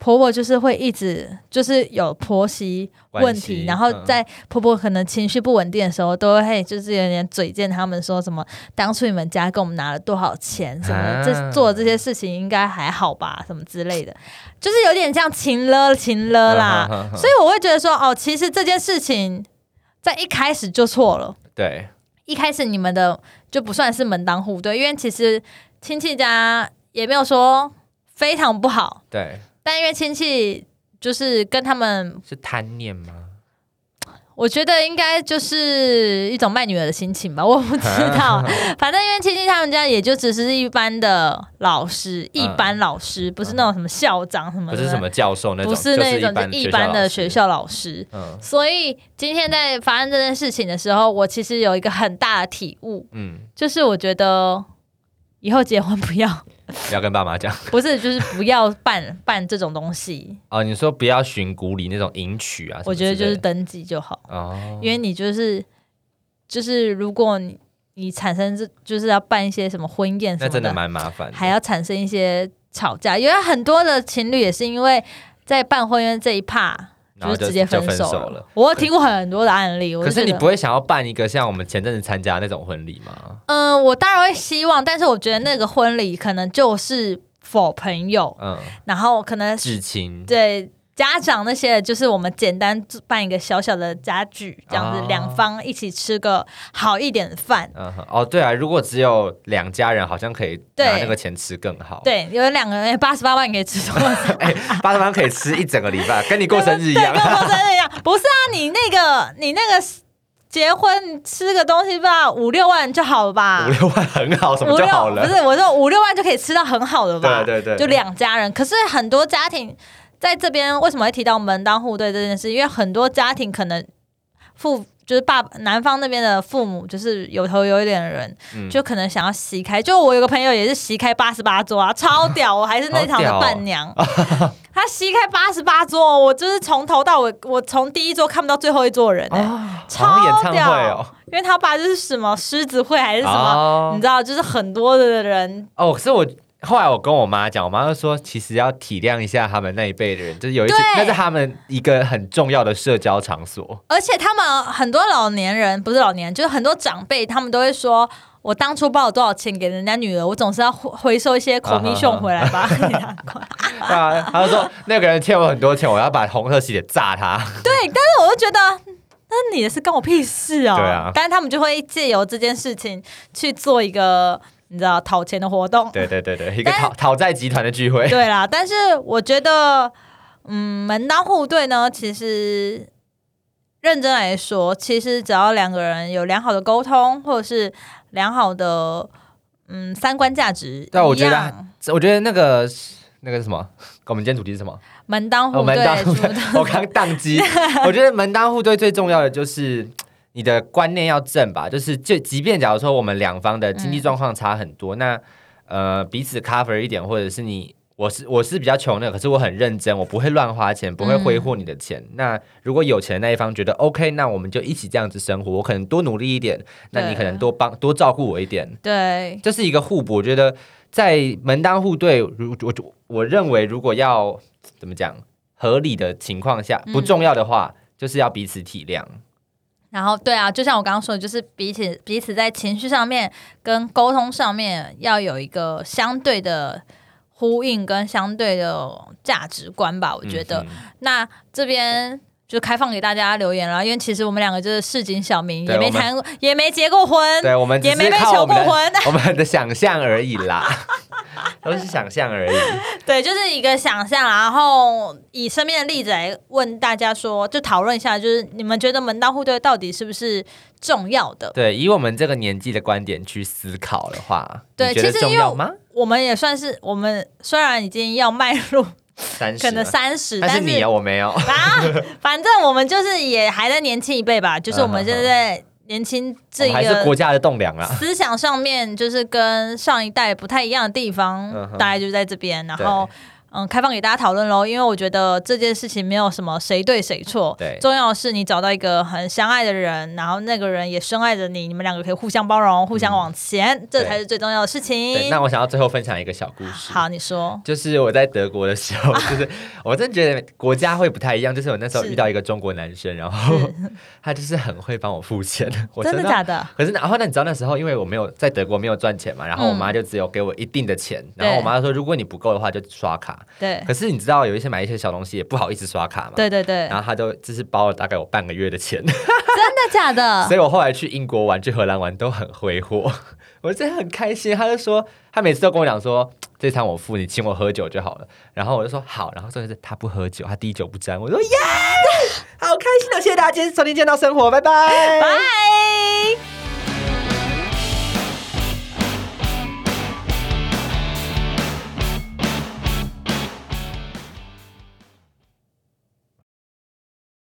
Speaker 2: 婆婆就是会一直就是有婆媳问
Speaker 1: 关系
Speaker 2: 题，然后
Speaker 1: 嗯
Speaker 2: 在婆婆可能情绪不稳定的时候，都会就是有点嘴贱他们说什么当初你们家给我们拿了多少钱，什么、
Speaker 1: 啊
Speaker 2: 这做这些事情应该还好吧，什么之类的，就是有点像情了情了啦。
Speaker 1: 嗯哼哼哼
Speaker 2: 所以我会觉得说，哦，其实这件事情在一开始就错了。
Speaker 1: 对，
Speaker 2: 一开始你们的就不算是门当户对，因为其实亲戚家也没有说非常不好，
Speaker 1: 对，
Speaker 2: 但因为亲戚就是跟他们，
Speaker 1: 是贪念吗？
Speaker 2: 我觉得应该就是一种卖女儿的心情吧， <laughs> 我不知
Speaker 1: <laughs>
Speaker 2: 道。反正因为亲戚他们家也就只是一般的老师，一般老师，不是那种什么校长什么
Speaker 1: 不
Speaker 2: 的，
Speaker 1: 是什么教授那种，
Speaker 2: 不是那种
Speaker 1: 就是
Speaker 2: 就一
Speaker 1: 一般
Speaker 2: 般的
Speaker 1: 老
Speaker 2: 学
Speaker 1: 师。
Speaker 2: 校老师。
Speaker 1: 嗯
Speaker 2: 所以今天在发生这件事情的时候，我其实有一个很大的体悟，
Speaker 1: 嗯，
Speaker 2: 就是我觉得以后结婚不要， <laughs>
Speaker 1: 不要跟爸妈讲
Speaker 2: 不是就是不要办办这种东西，
Speaker 1: 哦。你说不要寻古里那种迎娶啊，什么
Speaker 2: 我觉得
Speaker 1: 之
Speaker 2: 就
Speaker 1: 类
Speaker 2: 是
Speaker 1: 的
Speaker 2: 登记就好，
Speaker 1: 哦，
Speaker 2: 因为你就是就是如果你你产生这就是要办一些什么婚宴
Speaker 1: 那
Speaker 2: 什么
Speaker 1: 真的蛮麻烦的，
Speaker 2: 还要产生一些吵架，因为很多的情侣也是因为在办婚宴这一趴。
Speaker 1: 然后
Speaker 2: 是
Speaker 1: 就
Speaker 2: 直接
Speaker 1: 就
Speaker 2: 分
Speaker 1: 分
Speaker 2: 手
Speaker 1: 手了。
Speaker 2: 我有听过很多的案例，我
Speaker 1: 可
Speaker 2: 就是
Speaker 1: 你
Speaker 2: 觉得
Speaker 1: 不会想要办一个像我们前阵子参加那种婚礼吗？
Speaker 2: 嗯，我当然会希望，但是我觉得那个婚礼可能就是否朋友，
Speaker 1: 嗯，
Speaker 2: 然后可能
Speaker 1: 至亲
Speaker 2: 对家长那些，就是我们简单办一个小小的家具，这样子
Speaker 1: 哦
Speaker 2: 两方一起吃个好一点的饭。
Speaker 1: 嗯哼，哦，对啊，如果只有两家人，好像可以拿
Speaker 2: 对
Speaker 1: 那个钱吃更好。，
Speaker 2: 对，有两个人哎八十八万可以吃
Speaker 1: <laughs>
Speaker 2: 多少？
Speaker 1: 哎，八十万可以吃一整个礼拜，跟你过生日一
Speaker 2: 对，
Speaker 1: 样
Speaker 2: 跟。我真的一样。不是啊，你那个你那个结婚吃个东西吧，五六万就好了吧？
Speaker 1: 五六万很好，什么
Speaker 2: 五
Speaker 1: 就
Speaker 2: 六
Speaker 1: 好
Speaker 2: 不
Speaker 1: 了。
Speaker 2: 是，我说五六万就可以吃到很好的吧？
Speaker 1: 对对对
Speaker 2: 就两家人。可是很多家庭在这边为什么会提到门当户对这件事？因为很多家庭可能父就是爸男方那边的父母就是有头有脸的人，
Speaker 1: 嗯
Speaker 2: 就可能想要席开。就我有个朋友也是席开八十八桌啊，超屌！我还是那场的伴娘，
Speaker 1: 哦
Speaker 2: 他席开八十八桌，我就是从头到尾，我从第一桌看不到最后一桌的人、欸，
Speaker 1: 啊，
Speaker 2: 超
Speaker 1: 好像演唱会哦
Speaker 2: 屌。因为他爸就是什么狮子会还是什么。
Speaker 1: 哦
Speaker 2: 你知道，就是很多的人
Speaker 1: 哦，可是我后来我跟我妈讲，我妈就说，其实要体谅一下他们那一辈的人，就是有一些
Speaker 2: 对
Speaker 1: 那是他们一个很重要的社交场所。
Speaker 2: 而且他们很多老年人，不是老年人，就是很多长辈，他们都会说：“我当初报了多少钱给人家女儿，我总是要回回收一些 <laughs> 啊 commission 回来吧。 <laughs>
Speaker 1: 对啊，她就说那个人欠我很多钱，我要把红色喜帖炸他。
Speaker 2: 对，但是我就觉得。那你的事跟我屁事哦！
Speaker 1: 对啊
Speaker 2: 但是他们就会借由这件事情去做一个你知道讨钱的活动。
Speaker 1: 对对对对，一个
Speaker 2: 但
Speaker 1: 讨讨债集团的聚会。
Speaker 2: 对啦，但是我觉得，嗯，门当户对呢，其实认真来说，其实只要两个人有良好的沟通，或者是良好的嗯三观价值一
Speaker 1: 对啊
Speaker 2: 样，
Speaker 1: 我觉得我觉得那个那个是什么，我们今天主题是什么？
Speaker 2: 门当
Speaker 1: 我
Speaker 2: 户
Speaker 1: 哦门
Speaker 2: 对
Speaker 1: 当户 <laughs>
Speaker 2: 主
Speaker 1: 对
Speaker 2: 动，
Speaker 1: 我刚宕机。我觉得门当户对最重要的就是你的观念要正吧，就是就即便假如说我们两方的经济状况差很多，那呃彼此 cover 一点，或者是你。我是我是比较穷的，可是我很认真，我不会乱花钱，不会挥霍你的钱。那如果有钱的那一方觉得 OK，那我们就一起这样子生活。我可能多努力一点，那你可能多帮多照顾我一点。
Speaker 2: 对，
Speaker 1: 这是一个互补。我觉得在门当户对，如我我我认为，如果要怎么讲合理的情况下，
Speaker 2: 嗯
Speaker 1: 不重要的话，就是要彼此体谅。
Speaker 2: 然后对啊，就像我刚刚说的，就是彼此彼此在情绪上面跟沟通上面要有一个相对的呼应跟相对的价值观吧，我觉得。
Speaker 1: 嗯
Speaker 2: 那这边就开放给大家留言了，因为其实我们两个就是市井小民，
Speaker 1: 对
Speaker 2: 也没谈过，也没结过婚
Speaker 1: 嗯，对我们只
Speaker 2: 也没
Speaker 1: 是
Speaker 2: 被
Speaker 1: 靠
Speaker 2: 求
Speaker 1: 我
Speaker 2: 过
Speaker 1: 们的
Speaker 2: 婚，
Speaker 1: <laughs> 我们的想象而已啦， <laughs> 都是想象而已。
Speaker 2: <laughs> 对，就是一个想象啦。然后以身边的例子来问大家说，就讨论一下，就是你们觉得门当户对到底是不是重要的？
Speaker 1: 对，以我们这个年纪的观点去思考的话，
Speaker 2: 对
Speaker 1: 你觉得
Speaker 2: 其实因为
Speaker 1: 重要吗？
Speaker 2: 我们也算是我们虽然已经要迈
Speaker 1: <laughs>
Speaker 2: 入
Speaker 1: 三十
Speaker 2: 可能
Speaker 1: 吗
Speaker 2: 三十，
Speaker 1: 啊但
Speaker 2: 但
Speaker 1: 是你啊，我没有。
Speaker 2: 啊， <laughs> 反正我们就是也还在年轻一辈吧，就是我
Speaker 1: 嗯
Speaker 2: 们
Speaker 1: 嗯嗯
Speaker 2: 现在年轻这
Speaker 1: 我
Speaker 2: 一
Speaker 1: 们还是
Speaker 2: 个
Speaker 1: 国家的栋梁啦，
Speaker 2: 思想上面就是跟上一代不太一样的地方，
Speaker 1: 嗯哼
Speaker 2: 大概就是在这边。然后，嗯，开放给大家讨论喽，因为我觉得这件事情没有什么谁对谁错，
Speaker 1: 对
Speaker 2: 重要的是你找到一个很相爱的人，然后那个人也深爱着你，你们两个可以互相包容，互相往前，这才是最重要的事
Speaker 1: 对。
Speaker 2: 情
Speaker 1: 那。我想要最后分享一个小故事。
Speaker 2: 好，你说，
Speaker 1: 就是我在德国的时候，就是我真的觉得国家会不太一样。就是我那时候
Speaker 2: 啊是
Speaker 1: 遇到一个中国男生，然后 <laughs> 他就是很会帮我付
Speaker 2: <laughs>
Speaker 1: 钱，我
Speaker 2: 真的假的？
Speaker 1: 可是，然后那你知道那时候，因为我没有在德国没有赚钱嘛，然后我
Speaker 2: 嗯
Speaker 1: 妈就只有给我一定的钱，
Speaker 2: 对
Speaker 1: 然后我妈就说，如果你不够的话就刷卡。
Speaker 2: 对，
Speaker 1: 可是你知道有一些买一些小东西也不好意思刷卡嘛，
Speaker 2: 对对对，
Speaker 1: 然后他就就是包了大概我半个月的钱，
Speaker 2: 真的假的
Speaker 1: <laughs> 所？以我后来去英 <laughs> 国玩、去荷兰玩都很挥霍，我真的很开心。他就说，他每次都跟我讲说，这餐我付，你请我喝酒就好了。然后我就说好，然后重点是他不喝哦酒，他滴酒不沾。我说耶，好开心啊！谢谢大家今天收听《见到生活》，拜拜，
Speaker 2: 拜。